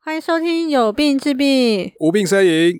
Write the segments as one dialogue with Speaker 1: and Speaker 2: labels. Speaker 1: 欢迎收听《有病治病》，
Speaker 2: 无病呻吟。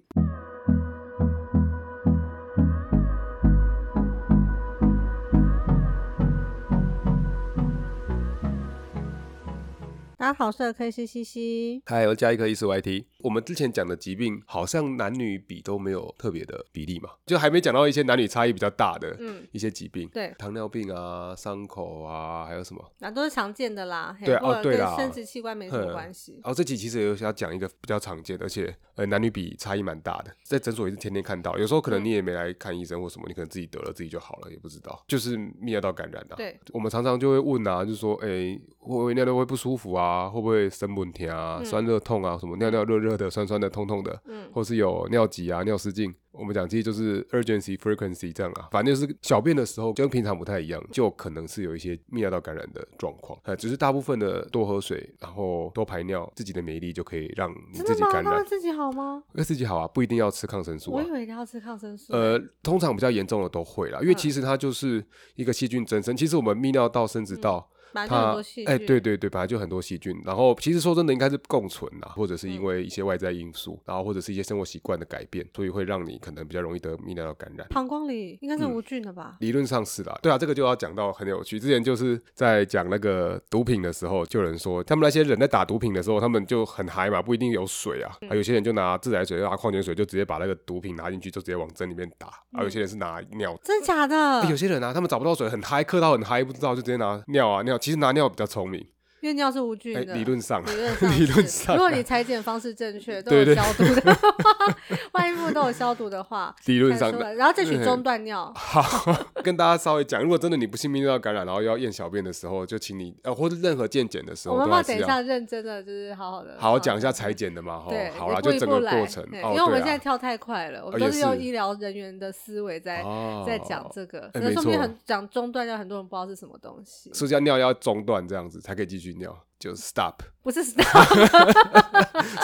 Speaker 1: 大家好，我是科医师西西。
Speaker 2: 嗨，我加一颗医师 YT。我们之前讲的疾病，好像男女比都没有特别的比例嘛，就还没讲到一些男女差异比较大的
Speaker 1: 嗯，
Speaker 2: 一些疾病，
Speaker 1: 对，
Speaker 2: 糖尿病啊、伤口啊，还有什么？
Speaker 1: 那、都是常见的啦，嘿
Speaker 2: 对啊
Speaker 1: 或者
Speaker 2: 哦对啦啊
Speaker 1: 跟生殖器官没什么关系。
Speaker 2: 哦然后这集其实也有想要讲一个比较常见的，而且呃男女比差异蛮大的，在诊所也是天天看到。有时候可能你也没来看医生或什么，你可能自己得了自己就好了，也不知道，就是泌尿道感染啊。
Speaker 1: 对，
Speaker 2: 我们常常就会问啊，就说，哎、会不会尿尿会不舒服啊？会不会生问题啊？酸热痛啊？什么尿尿热热的、酸酸的、痛痛的，
Speaker 1: 嗯
Speaker 2: 或是有尿急啊、尿失禁。我们讲其实就是 urgency frequency 这样啊，反正就是小便的时候跟平常不太一样，就可能是有一些泌尿道感染的状况。呃，只是大部分的多喝水，然后多排尿，自己的免疫力就可以让你
Speaker 1: 真
Speaker 2: 自
Speaker 1: 的
Speaker 2: 己
Speaker 1: 吗？
Speaker 2: 感
Speaker 1: 那
Speaker 2: 染，
Speaker 1: 自己好吗？
Speaker 2: 为自己好啊，不一定要吃抗生素
Speaker 1: 我
Speaker 2: 啊。
Speaker 1: 以为他要吃抗生素。
Speaker 2: 呃，通常比较严重的都会啦，因为
Speaker 1: 嗯
Speaker 2: 其实它就是一个细菌增生。其实我们泌尿道、生殖道，
Speaker 1: 本来就很
Speaker 2: 它
Speaker 1: 多细菌。
Speaker 2: 哎，对对对，本来就很多细菌。然后其实说真的，应该是共存啦，或者是
Speaker 1: 嗯
Speaker 2: 因为一些外在因素，然后或者是一些生活习惯的改变，所以会让你可能比较容易得泌尿道感染。
Speaker 1: 膀胱里应该
Speaker 2: 嗯
Speaker 1: 是无菌的吧？
Speaker 2: 理论上是啦，对啊，这个就要讲到很有趣。之前就是在讲那个毒品的时候，就有人说他们那些人在打毒品的时候，他们就很嗨嘛，不一定有水啊，
Speaker 1: 嗯
Speaker 2: 啊有些人就拿自来水、拿矿泉水，就直接把那个毒品拿进去，就直接往针里面打，啊有些
Speaker 1: 嗯
Speaker 2: 人是拿尿
Speaker 1: 真的假的？
Speaker 2: 欸有些人啊，他们找不到水，很嗨，嗑到很嗨，不知道就直接拿尿啊尿。其实拿尿比较聪明，
Speaker 1: 因为尿是无菌
Speaker 2: 哎、
Speaker 1: 的。
Speaker 2: 理论上，
Speaker 1: 理论上
Speaker 2: 理论
Speaker 1: 是
Speaker 2: 上
Speaker 1: 如果
Speaker 2: 啊
Speaker 1: 你裁剪方式正确，都
Speaker 2: 对
Speaker 1: 有
Speaker 2: 对
Speaker 1: 消毒的话， 外衣服都有消毒的话，
Speaker 2: 理论上
Speaker 1: 再说
Speaker 2: 的。
Speaker 1: 了然后再取
Speaker 2: 对
Speaker 1: 中断 尿，
Speaker 2: 好，跟大家稍微讲，如果真的你不幸泌尿道感染，然后要验小便的时候，就请你呃，或者任何健检的时
Speaker 1: 我
Speaker 2: 候，
Speaker 1: 们
Speaker 2: 都
Speaker 1: 要
Speaker 2: 还
Speaker 1: 等
Speaker 2: 是
Speaker 1: 一
Speaker 2: 要
Speaker 1: 下认真的，就是好好的
Speaker 2: 好好讲一下裁剪的嘛。吼
Speaker 1: 对，
Speaker 2: 哦好啦，
Speaker 1: 一步
Speaker 2: 就
Speaker 1: 一
Speaker 2: 整
Speaker 1: 步
Speaker 2: 个
Speaker 1: 来
Speaker 2: 过程
Speaker 1: 对
Speaker 2: 哦，
Speaker 1: 因为我们现
Speaker 2: 对
Speaker 1: 在
Speaker 2: 啊，
Speaker 1: 跳太快了，我们
Speaker 2: 哦
Speaker 1: 都
Speaker 2: 也
Speaker 1: 是用
Speaker 2: 是
Speaker 1: 医疗人员的思维在
Speaker 2: 哦
Speaker 1: 在讲这个，那
Speaker 2: 哎没
Speaker 1: 说明
Speaker 2: 错
Speaker 1: 很讲中断掉，很多人不知道是什么东西，
Speaker 2: 所以要尿要中断这样子才可以继续尿，就 stop
Speaker 1: 不 是 stop，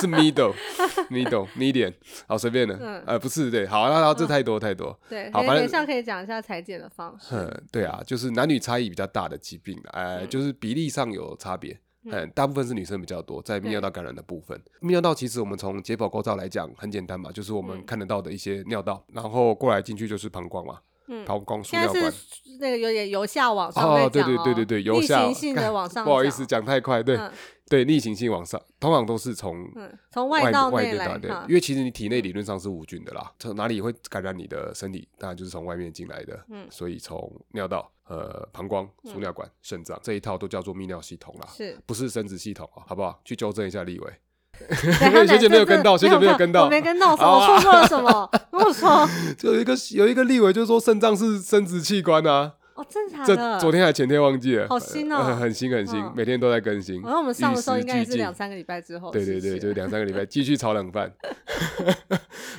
Speaker 2: 是 middle middle median，好随便的，
Speaker 1: 嗯
Speaker 2: 呃不是对，好，那那这太多太多，
Speaker 1: 对，
Speaker 2: 好
Speaker 1: 可以
Speaker 2: 反
Speaker 1: 等一
Speaker 2: 正
Speaker 1: 下可以讲一下裁剪的方式，
Speaker 2: 嗯，对啊，就是男女差异比较大的疾病啦，哎、
Speaker 1: 嗯
Speaker 2: 就是比例上有差别。嗯，大部分是女生比较多，在泌尿道感染的部分。泌尿道其实我们从解剖构造来讲很简单嘛，就是我们
Speaker 1: 嗯
Speaker 2: 看得到的一些尿道，然后过来进去就是膀胱嘛，
Speaker 1: 嗯
Speaker 2: 膀胱输
Speaker 1: 现在
Speaker 2: 尿
Speaker 1: 是
Speaker 2: 管。哦
Speaker 1: s- 那个有点由下往上在
Speaker 2: 对
Speaker 1: 讲哦
Speaker 2: 对对对对，由
Speaker 1: 例
Speaker 2: 下
Speaker 1: 行性的
Speaker 2: 看
Speaker 1: 往上，
Speaker 2: 不好意思，，讲太快，对、
Speaker 1: 嗯
Speaker 2: 对，逆行性往上，通常都是从
Speaker 1: 嗯，从
Speaker 2: 外
Speaker 1: 到
Speaker 2: 外
Speaker 1: 内
Speaker 2: 面
Speaker 1: 来
Speaker 2: 到对，
Speaker 1: 看
Speaker 2: 因，为其实你体内理论上是无菌的啦，从哪里会感染你的身体，当然就是从外面进来的。
Speaker 1: 嗯
Speaker 2: 所以从尿道、呃膀胱、输尿管、肾脏这一套都叫做泌尿系统啦，
Speaker 1: 是，
Speaker 2: 不是生殖系统啊，好不好？去纠正一下立 伟。
Speaker 1: 对他
Speaker 2: 学姐
Speaker 1: 男
Speaker 2: 没有
Speaker 1: 生
Speaker 2: 跟
Speaker 1: 真
Speaker 2: 到
Speaker 1: 的
Speaker 2: 学 姐没有跟到
Speaker 1: 我没跟到，我
Speaker 2: 好 啊
Speaker 1: 说错了什么？ 跟我说，
Speaker 2: 就有一个有一个立伟就说肾脏是生殖器官啊，
Speaker 1: 哦，正常
Speaker 2: 这
Speaker 1: 的，
Speaker 2: 昨天还前天忘记了，
Speaker 1: 好新哦
Speaker 2: 呃很新很新
Speaker 1: 嗯，
Speaker 2: 每天都在更新。
Speaker 1: 好像我们上的时候
Speaker 2: 与
Speaker 1: 应
Speaker 2: 时
Speaker 1: 该也
Speaker 2: 俱
Speaker 1: 是
Speaker 2: 进
Speaker 1: 两三个礼拜之后，
Speaker 2: 对对对，
Speaker 1: 是
Speaker 2: 就是两三个礼拜继续炒冷饭。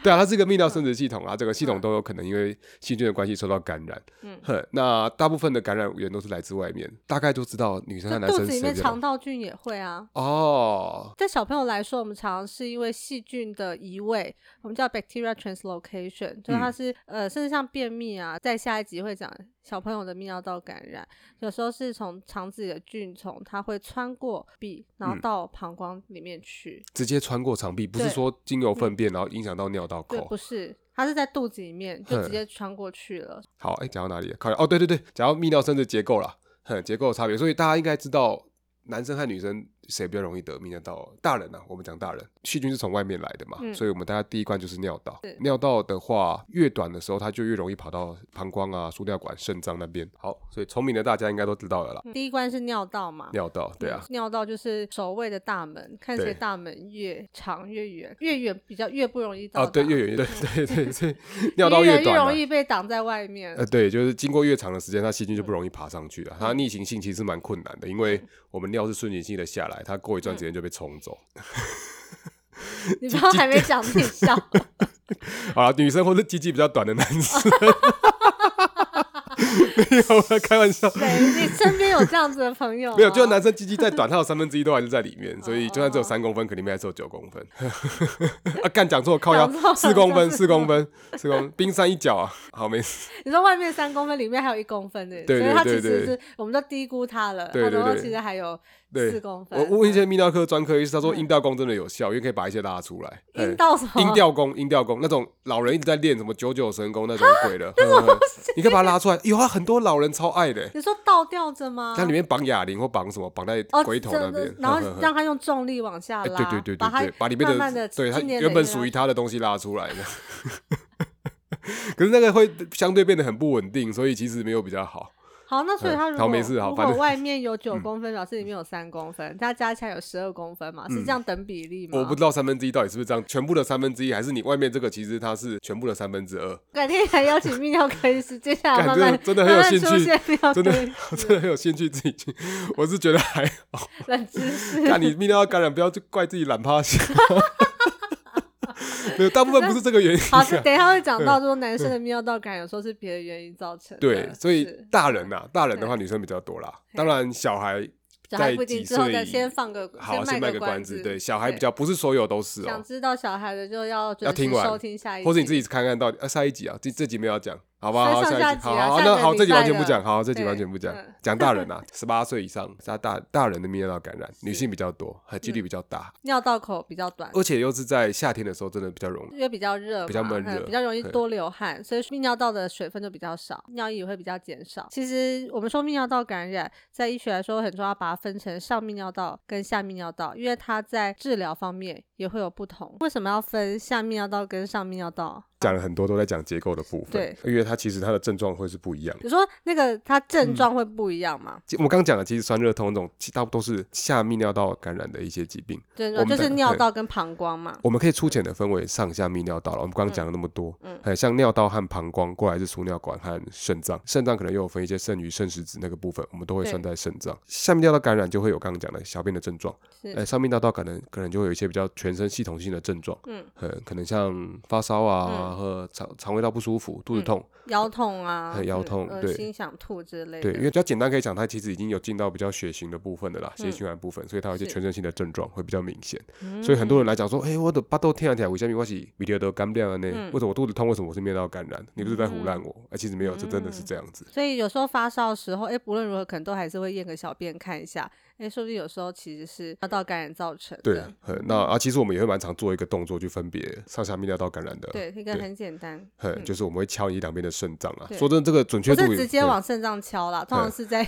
Speaker 2: 对啊，它是一个泌尿生殖系统啊，这个系统都有可能因为细菌的关系受到感染。
Speaker 1: 嗯
Speaker 2: 嗯，那大部分的感染源都是来自外面，大概就知道女生和
Speaker 1: 就
Speaker 2: 男
Speaker 1: 肚
Speaker 2: 生
Speaker 1: 子里
Speaker 2: 谁
Speaker 1: 面
Speaker 2: 比较
Speaker 1: 肠道菌也会啊。
Speaker 2: 哦，
Speaker 1: 对小朋友来说，我们常常是因为细菌的移位，我们叫 bacteria translocation，就是
Speaker 2: 嗯
Speaker 1: 它是、呃，甚至像便秘啊，在下一集会讲小朋友的泌尿道感染，有时候是从肠子里的菌虫，它会穿过壁，然后
Speaker 2: 嗯
Speaker 1: 到膀胱里面去。
Speaker 2: 直接穿过肠壁，不是
Speaker 1: 对嗯
Speaker 2: 说经由粪便然后影响到尿道
Speaker 1: 对，
Speaker 2: 口
Speaker 1: 不。是，它是在肚子里面就直
Speaker 2: 哼
Speaker 1: 接穿过去了。
Speaker 2: 好，哎，讲到哪里了？靠哦，对对对，讲到泌尿生殖结构啦，哼，结构的差别，所以大家应该知道。男生和女生谁比较容易得泌尿道？大人啊，我们讲大人，细菌是从外面来的嘛，
Speaker 1: 嗯
Speaker 2: 所以我们大家第一关就是尿道
Speaker 1: 是。
Speaker 2: 尿道的话，越短的时候，它就越容易跑到膀胱啊、输尿管、肾脏那边。好，所以聪明的大家应该都知道了啦。
Speaker 1: 嗯第一关是尿道嘛，
Speaker 2: 尿道，对啊
Speaker 1: 嗯，尿道就是守卫的大门，看谁
Speaker 2: 对
Speaker 1: 大门越长越远，越远比较越不容易到
Speaker 2: 啊，
Speaker 1: 达。
Speaker 2: 对，越远越对对对，所以尿道
Speaker 1: 嗯越
Speaker 2: 越
Speaker 1: 远
Speaker 2: 短、啊
Speaker 1: 容，易被挡在外面。
Speaker 2: 呃，对，就是经过越长的时间，它细菌
Speaker 1: 嗯
Speaker 2: 就不容易爬上去了。啊它逆行性其实蛮困难的，因为我们尿是顺行性的下来，它过一段
Speaker 1: 嗯
Speaker 2: 时间就被冲走。
Speaker 1: 你不要还没讲自己 笑，
Speaker 2: 好了，女生或者鸡鸡比较短的男 生，没有啦，开玩笑。
Speaker 1: 对，啊你身边有这样子的朋友吗？哦
Speaker 2: 没有，就算男生鸡鸡再短，他有三分之一都还是在里面，所以就算只有三公分，肯定还是有九公分。 啊，干讲错，靠
Speaker 1: 讲错
Speaker 2: 腰，四公分，
Speaker 1: 讲错
Speaker 2: 四公分，四公分，冰山一角啊。好，没事。
Speaker 1: 你说外面三公分，里面还有一公分的，
Speaker 2: 对
Speaker 1: 所以他
Speaker 2: 对
Speaker 1: 其
Speaker 2: 对
Speaker 1: 实
Speaker 2: 对
Speaker 1: 是我们都低估他了，
Speaker 2: 对对
Speaker 1: 他然后
Speaker 2: 对
Speaker 1: 其实还有
Speaker 2: 对
Speaker 1: 四公分。嗯
Speaker 2: 我问一些泌尿科专科医师，他说阴道功真的有效，因为可以把一些拉出来。哎
Speaker 1: 阴道什么？
Speaker 2: 音调功，音调功，那种老人一直在练什么九九神功那种鬼的， 嗯嗯你可以把它拉出来。有啊，很多老人超爱的，欸
Speaker 1: 你说倒吊着吗？
Speaker 2: 它里面绑哑铃或绑什么，绑在
Speaker 1: 哦，
Speaker 2: 龟头
Speaker 1: 这
Speaker 2: 那边，
Speaker 1: 然
Speaker 2: 嗯嗯
Speaker 1: 后
Speaker 2: 嗯
Speaker 1: 让它用重力往下
Speaker 2: 哎，
Speaker 1: 拉，
Speaker 2: 对对对
Speaker 1: 把
Speaker 2: 对
Speaker 1: 它
Speaker 2: 对，把里面
Speaker 1: 慢慢的
Speaker 2: 对它原本属于它的东西拉出来的。 可是那个会相对变得很不稳定，所以其实没有比较好。
Speaker 1: 好，那所以
Speaker 2: 嗯
Speaker 1: 它如
Speaker 2: 好
Speaker 1: 果
Speaker 2: 没事好
Speaker 1: 如
Speaker 2: 反
Speaker 1: 果
Speaker 2: 正嗯
Speaker 1: 外面有九公分，表示里面有三公分，它加起来有十二公分嘛？是这样等比例吗？
Speaker 2: 嗯我不知道三分之一到底是不是这样，全部的三分之一，还是你外面这个其实它是全部的三分之二，
Speaker 1: 改天还邀请泌尿科医师，接下来
Speaker 2: 干
Speaker 1: 慢
Speaker 2: 真
Speaker 1: 慢
Speaker 2: 的真的很有兴趣
Speaker 1: 慢慢出现泌尿
Speaker 2: 真的
Speaker 1: 科医
Speaker 2: 真的很有兴趣自己去。我是觉得还好，
Speaker 1: 冷知 识。
Speaker 2: 看你泌尿道感染，不要就怪自己懒趴下。 没有，大部分不是这个原因、
Speaker 1: 好，
Speaker 2: 啊。
Speaker 1: 等一下会讲到，说男生的泌尿道感染有时候是别的原因造成的。
Speaker 2: 对，所以
Speaker 1: 呃是
Speaker 2: 大人呐、啊大人的话女生比较多啦。当然，小孩
Speaker 1: 小孩
Speaker 2: 在
Speaker 1: 不一定
Speaker 2: 几
Speaker 1: 之后再
Speaker 2: 岁
Speaker 1: 先放个
Speaker 2: 好，先
Speaker 1: 卖
Speaker 2: 卖个
Speaker 1: 关
Speaker 2: 关子。对，小孩比较不是所有都是
Speaker 1: 想
Speaker 2: 哦，
Speaker 1: 知道小孩的就要准
Speaker 2: 要听
Speaker 1: 时
Speaker 2: 完
Speaker 1: 收听下一集，
Speaker 2: 或者你自己看看到底啊，下一集啊，这这集没有要讲，好吧？
Speaker 1: 所以
Speaker 2: 好，
Speaker 1: 上
Speaker 2: 下
Speaker 1: 下
Speaker 2: 一集，
Speaker 1: 集
Speaker 2: 好
Speaker 1: 啊
Speaker 2: 好，
Speaker 1: 下
Speaker 2: 那
Speaker 1: 个
Speaker 2: 好，
Speaker 1: 礼
Speaker 2: 这集完
Speaker 1: 拜
Speaker 2: 全不
Speaker 1: 的
Speaker 2: 讲，好，这集完
Speaker 1: 对
Speaker 2: 全不讲
Speaker 1: 嗯，
Speaker 2: 讲大人啊， 十八岁以上，大大大人的泌尿道感染，女性比较多，呃几率比较大，
Speaker 1: 尿道口比较短，
Speaker 2: 而且又是在夏天的时候，真的比较容易。
Speaker 1: 因为比较热嘛，
Speaker 2: 比较闷
Speaker 1: 嗯
Speaker 2: 热
Speaker 1: 比较容易
Speaker 2: 对
Speaker 1: 多流汗，所以泌尿道的水分就比较少，尿液也会比较减少。其实我们说泌尿道感染，在医学来说很重要，把它分成上泌尿道跟下泌尿道，因为它在治疗方面也会有不同。为什么要分下泌尿道跟上泌尿道？
Speaker 2: 讲了很多都在讲结构的部分
Speaker 1: 对，
Speaker 2: 因为它其实它的症状会是不一样的。
Speaker 1: 你说那个它
Speaker 2: 嗯
Speaker 1: 症状会不一样吗？
Speaker 2: 其我刚讲的，其实酸热痛这种，其大部都是下泌尿道感染的一些疾病。
Speaker 1: 症
Speaker 2: 我
Speaker 1: 状
Speaker 2: 们
Speaker 1: 就
Speaker 2: 的
Speaker 1: 是尿道跟膀胱嘛。
Speaker 2: 我们可以粗浅的分为上下泌尿道了。我们刚刚讲了那么多，嗯，像尿道和膀胱过来是输尿管和肾脏，肾脏可能又有分一些肾盂、肾实质那个部分，我们都会
Speaker 1: 对
Speaker 2: 算在肾脏。下泌尿道感染就会有刚刚讲的小便的症状，
Speaker 1: 是
Speaker 2: 呃，上泌尿道可能可能就会有一些比较全身系统性的症状，
Speaker 1: 嗯，
Speaker 2: 呃，可能像发烧啊，和肠肠胃道不舒服、
Speaker 1: 嗯
Speaker 2: 肚子痛，
Speaker 1: 腰痛啊，
Speaker 2: 很腰
Speaker 1: 嗯
Speaker 2: 痛
Speaker 1: 恶
Speaker 2: 对
Speaker 1: 心想吐之类的。
Speaker 2: 对，因为比较简单可以讲，它其实已经有进到比较血型的部分的啦，
Speaker 1: 嗯
Speaker 2: 血液循环部分，所以它有一些
Speaker 1: 是
Speaker 2: 全身性的症状会比较明显。
Speaker 1: 嗯
Speaker 2: 所以很多人来讲说，哎、我的巴豆天啊天啊，为什么我是鼻涕都感染了呢？
Speaker 1: 嗯
Speaker 2: 为什么我肚子痛？为什么我是泌尿道感染？你不是在胡乱我？哎、其实没有，这真的
Speaker 1: 嗯
Speaker 2: 是这样子。
Speaker 1: 所以有时候发烧的时候，哎，不论如何，可能都还是会验个小便看一下，哎，说不定有时候其实是尿道感染造成
Speaker 2: 对
Speaker 1: 的。，
Speaker 2: 很那啊，其实我们也会蛮常做一个动作去分别上下泌尿道感染的。
Speaker 1: 对，这个很简单，
Speaker 2: 很、就是我们会敲你两边的肾脏啊。
Speaker 1: 对
Speaker 2: 说真的，这个准确
Speaker 1: 不
Speaker 2: 度
Speaker 1: 是
Speaker 2: 也
Speaker 1: 直接
Speaker 2: 对
Speaker 1: 往肾脏敲 啦，通常是在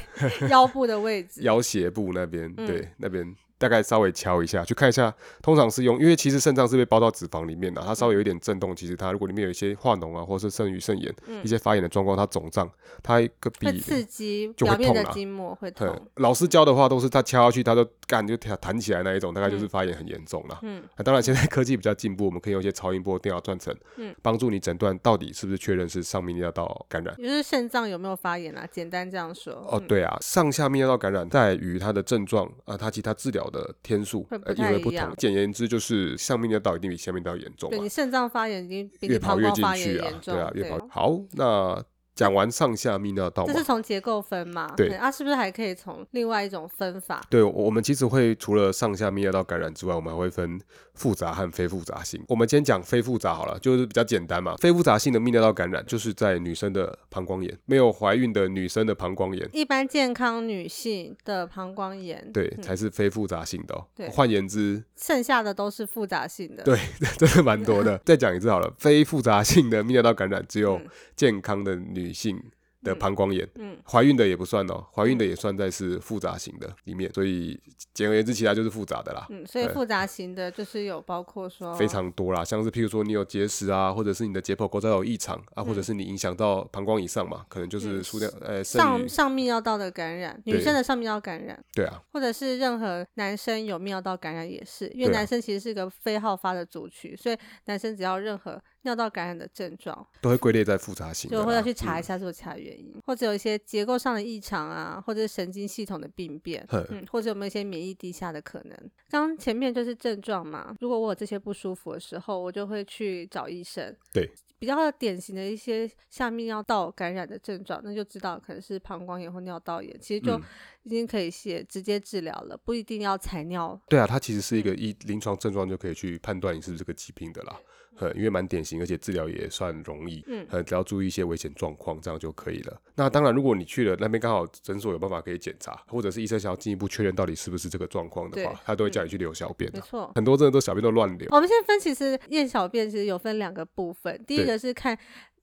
Speaker 1: 腰部的位置。
Speaker 2: 腰斜部那边，
Speaker 1: 嗯
Speaker 2: 对，那边大概稍微敲一下，去看一下。通常是用，因为其实肾脏是被包到脂肪里面的，它
Speaker 1: 嗯
Speaker 2: 稍微有一点震动，其实它如果里面有一些化脓啊，或是肾盂肾炎、一些发炎的状况，它肿胀，它一个
Speaker 1: 嗯会
Speaker 2: 比
Speaker 1: 刺激
Speaker 2: 就会
Speaker 1: 表面的
Speaker 2: 痛啦
Speaker 1: 筋膜会
Speaker 2: 对
Speaker 1: 痛，
Speaker 2: 老师教的话都是他敲下去，他就干就弹弹起来那一种，大概
Speaker 1: 嗯
Speaker 2: 就是发炎很严重啦。嗯，当然现在科技比较进步，我们可以用一些超音波、电脑断层，嗯，帮助你诊断到底是不是确认是上泌尿道感染。
Speaker 1: 也就是肾脏有没有发炎啊？简单这样说，
Speaker 2: 哦，对啊，上下泌尿道感染在于它的症状啊，它其实它治疗的天数
Speaker 1: 会不
Speaker 2: 呃也
Speaker 1: 太
Speaker 2: 会
Speaker 1: 一
Speaker 2: 不同
Speaker 1: 样。
Speaker 2: 简言之，就是上泌尿道一定比下泌尿道严重
Speaker 1: 对
Speaker 2: 嘛
Speaker 1: 你，肾脏发炎已经比
Speaker 2: 越
Speaker 1: 你
Speaker 2: 跑
Speaker 1: 膀
Speaker 2: 越
Speaker 1: 胱
Speaker 2: 进
Speaker 1: 发炎
Speaker 2: 去啊
Speaker 1: 严，重，
Speaker 2: 对啊，越跑。好，那讲完上下泌尿道嘛
Speaker 1: 这，是从结构分嘛？
Speaker 2: 对
Speaker 1: 嗯啊，是不是还可以从另外一种分法？
Speaker 2: 对，我我们其实会除了上下泌尿道感染之外，我们还会分复杂和非复杂性。我们先讲非复杂好了，就是比较简单嘛。非复杂性的泌尿道感染就是在女生的膀胱炎，没有怀孕的女生的膀胱炎，
Speaker 1: 一般健康女性的膀胱炎，
Speaker 2: 对，才是非复杂性的、哦。
Speaker 1: 嗯对
Speaker 2: 换言之，
Speaker 1: 剩下的都是复杂性的。
Speaker 2: 对， 真的蛮多的。再讲一次好了，非复杂性的泌 尿道感染只有
Speaker 1: 嗯
Speaker 2: 健康的女性的膀胱炎，
Speaker 1: 嗯，
Speaker 2: 怀孕的也不算哦，怀孕的也算在是复杂型的里面。所以简而言之，其他就是复杂的啦。
Speaker 1: 嗯，哦所以
Speaker 2: 对
Speaker 1: 复杂型的就是有包括说
Speaker 2: 非常多啦，像是譬如说你有结石啊，或者是你的解剖构造有异常啊，
Speaker 1: 嗯
Speaker 2: 或者是你影响到膀胱以上嘛，可能就是输掉呃肾
Speaker 1: 上
Speaker 2: 盂，
Speaker 1: 上泌尿道的感染，女
Speaker 2: 对
Speaker 1: 生的上泌尿道感染，
Speaker 2: 对啊，
Speaker 1: 或者是任何男生有泌尿道感染也是，因为
Speaker 2: 对啊
Speaker 1: 男生其实是个非好发的族群，所以男生只要任何尿道感染的症状，
Speaker 2: 都会归类在复杂型的啦。
Speaker 1: 就会要去查
Speaker 2: 嗯
Speaker 1: 一下是不是其他原因，或者有一些结构上的异常啊，或者是神经系统的病变，
Speaker 2: 哼
Speaker 1: 嗯，或者有没有一些免疫低下的可能？刚前面就是症状嘛，如果我有这些不舒服的时候，我就会去找医生。
Speaker 2: 对。
Speaker 1: 比较典型的一
Speaker 2: 嗯
Speaker 1: 些下泌尿道感染的症状，那就知道可能是膀胱炎或尿道炎。其实就已经可以写直接治疗了，不一定要采尿。
Speaker 2: 对啊，它其实是一个一临床症状就可以去判断你是不是这个疾病的啦，呃，因为蛮典型，而且治疗也算容易，
Speaker 1: 嗯
Speaker 2: 呃，只要注意一些危险状况，这样就可以了。那当然，如果你去了那边刚好诊所有办法可以检查，或者是医生想要进一步确认到底是不是这个状况的
Speaker 1: 对嗯
Speaker 2: 话，他都会叫你去留小便、
Speaker 1: 没
Speaker 2: 啊。
Speaker 1: 错，
Speaker 2: 很多真的都小便都乱流，
Speaker 1: 我们现在分其实验小便其实有分两个部分，第一
Speaker 2: 对
Speaker 1: 个是看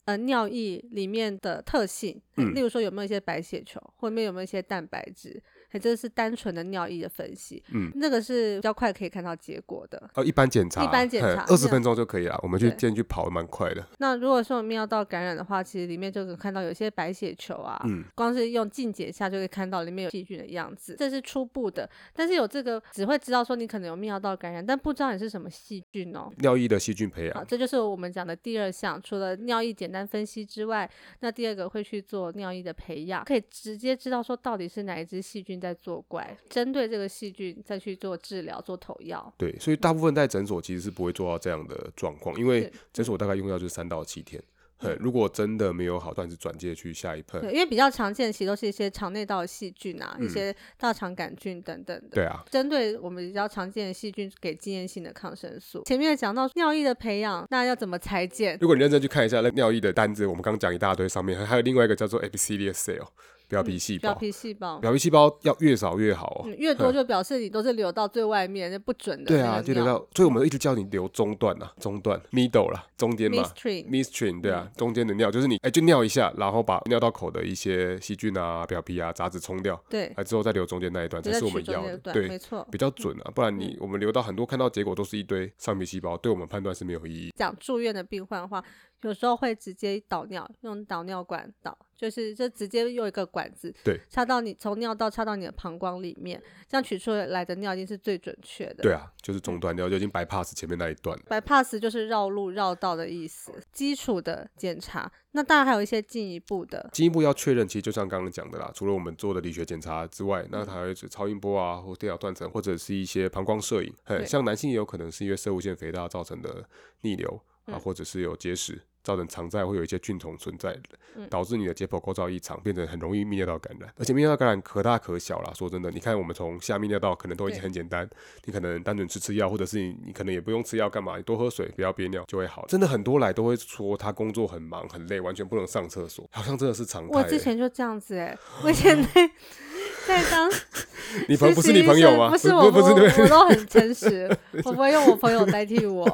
Speaker 1: 呃尿液里面的特性，
Speaker 2: 嗯
Speaker 1: 例如说有没有一些白血球，或里面有没有一些蛋白质，哎，这是单纯的尿液的分析，
Speaker 2: 嗯，
Speaker 1: 那个是比较快可以看到结果的。
Speaker 2: 呃，一般检查，
Speaker 1: 一般检查
Speaker 2: 二十
Speaker 1: 那
Speaker 2: 分钟就可以了。我们去
Speaker 1: 对
Speaker 2: 建议去跑，蛮快的。
Speaker 1: 那如果说有尿道感染的话，其实里面就可以看到有些白血球啊，
Speaker 2: 嗯，
Speaker 1: 光是用镜检下就可以看到里面有细菌的样子，这是初步的。但是有这个只会知道说你可能有尿道感染，但不知道你是什么细菌哦。
Speaker 2: 尿液的细菌培
Speaker 1: 好，
Speaker 2: 养，
Speaker 1: 啊这就是我们讲的第二项，除了尿液简单分析之外，那第二个会去做尿液的培养，可以直接知道说到底是哪一只细菌在作怪，针对这个细菌再去做治疗、做投药。
Speaker 2: 对，所以大部分在诊所其实是不会做到这样的状况，因为
Speaker 1: 是嗯
Speaker 2: 诊所大概用药就是三到七天。呃如果真的没有好，算是转介去下一份。
Speaker 1: 对，因为比较常见，其实都是一些肠内道的细菌啊，一些大肠杆菌等等的。
Speaker 2: 嗯对啊，
Speaker 1: 针对我们比较常见的细菌，给经验性的抗生素。前面讲到尿液的培养，那要怎么裁剪？
Speaker 2: 如果你认真去看一下那尿液的单子，我们刚讲一大堆，上面还还有另外一个叫做 epithelial cell 表皮细
Speaker 1: 嗯表
Speaker 2: 胞，
Speaker 1: 皮细胞，
Speaker 2: 表皮细胞要越少越好哦。
Speaker 1: 嗯，越多就表示你都是留到最外面，那不准的。
Speaker 2: 对啊，就留到，所以我们一直叫你留中段啊，中段 middle 啦，中间
Speaker 1: m i
Speaker 2: 嘛
Speaker 1: s t r e a m
Speaker 2: midstream 对啊，中间的尿就是你哎就尿一下，然后把尿道口的一些细菌啊、表皮啊、杂质冲掉，
Speaker 1: 对，
Speaker 2: 啊之后再留中间那一段
Speaker 1: 就在
Speaker 2: 才是我
Speaker 1: 取
Speaker 2: 们
Speaker 1: 中
Speaker 2: 要
Speaker 1: 间
Speaker 2: 的
Speaker 1: 的，段，
Speaker 2: 对
Speaker 1: 没，错。
Speaker 2: 比较准啊，不然
Speaker 1: 嗯
Speaker 2: 你我们留到很多看到结果都是一堆上皮细胞，对我们判断是没有意义。
Speaker 1: 讲住院的病患的话，有时候会直接导尿，用导尿管导，就是就直接用一个管子，
Speaker 2: 对，
Speaker 1: 插到你从尿道插到你的膀胱里面，这样取出来的尿一定是最准确的。
Speaker 2: 对啊，就是中段尿就已经 bypass 前面那一段了。
Speaker 1: bypass 就是绕路绕道的意思，基础的检查。那当然还有一些进一步的，
Speaker 2: 进一步要确认，其实就像刚刚讲的啦，除了我们做的理学检查之外，
Speaker 1: 嗯
Speaker 2: 那还有超音波啊，或电脑断层，或者是一些膀胱摄影。嘿
Speaker 1: 对
Speaker 2: 像男性也有可能是因为射物腺肥大造成的逆流啊，
Speaker 1: 嗯
Speaker 2: 或者是有结石。造成肠在会有一些菌虫存在
Speaker 1: 嗯，
Speaker 2: 导致你的解剖构造异常，变成很容易泌尿道感染。而且泌尿道感染可大可小啦，说真的，你看我们从下泌尿道可能都已经
Speaker 1: 对
Speaker 2: 很简单，你可能单纯吃吃药，或者是你你可能也不用吃药干嘛，你多喝水，不要憋尿就会好。真的很多来都会说他工作很忙很累，完全不能上厕所，好像真的是常态
Speaker 1: 我
Speaker 2: 欸、
Speaker 1: 之前就这样子 哎、我以前在 在当
Speaker 2: 你朋友不
Speaker 1: 实
Speaker 2: 是
Speaker 1: 习
Speaker 2: 你
Speaker 1: 医
Speaker 2: 朋友
Speaker 1: 生
Speaker 2: 吗？
Speaker 1: 不是我，
Speaker 2: 不不是
Speaker 1: 我
Speaker 2: 对
Speaker 1: 我都 很诚实，我不会用我朋友代替我。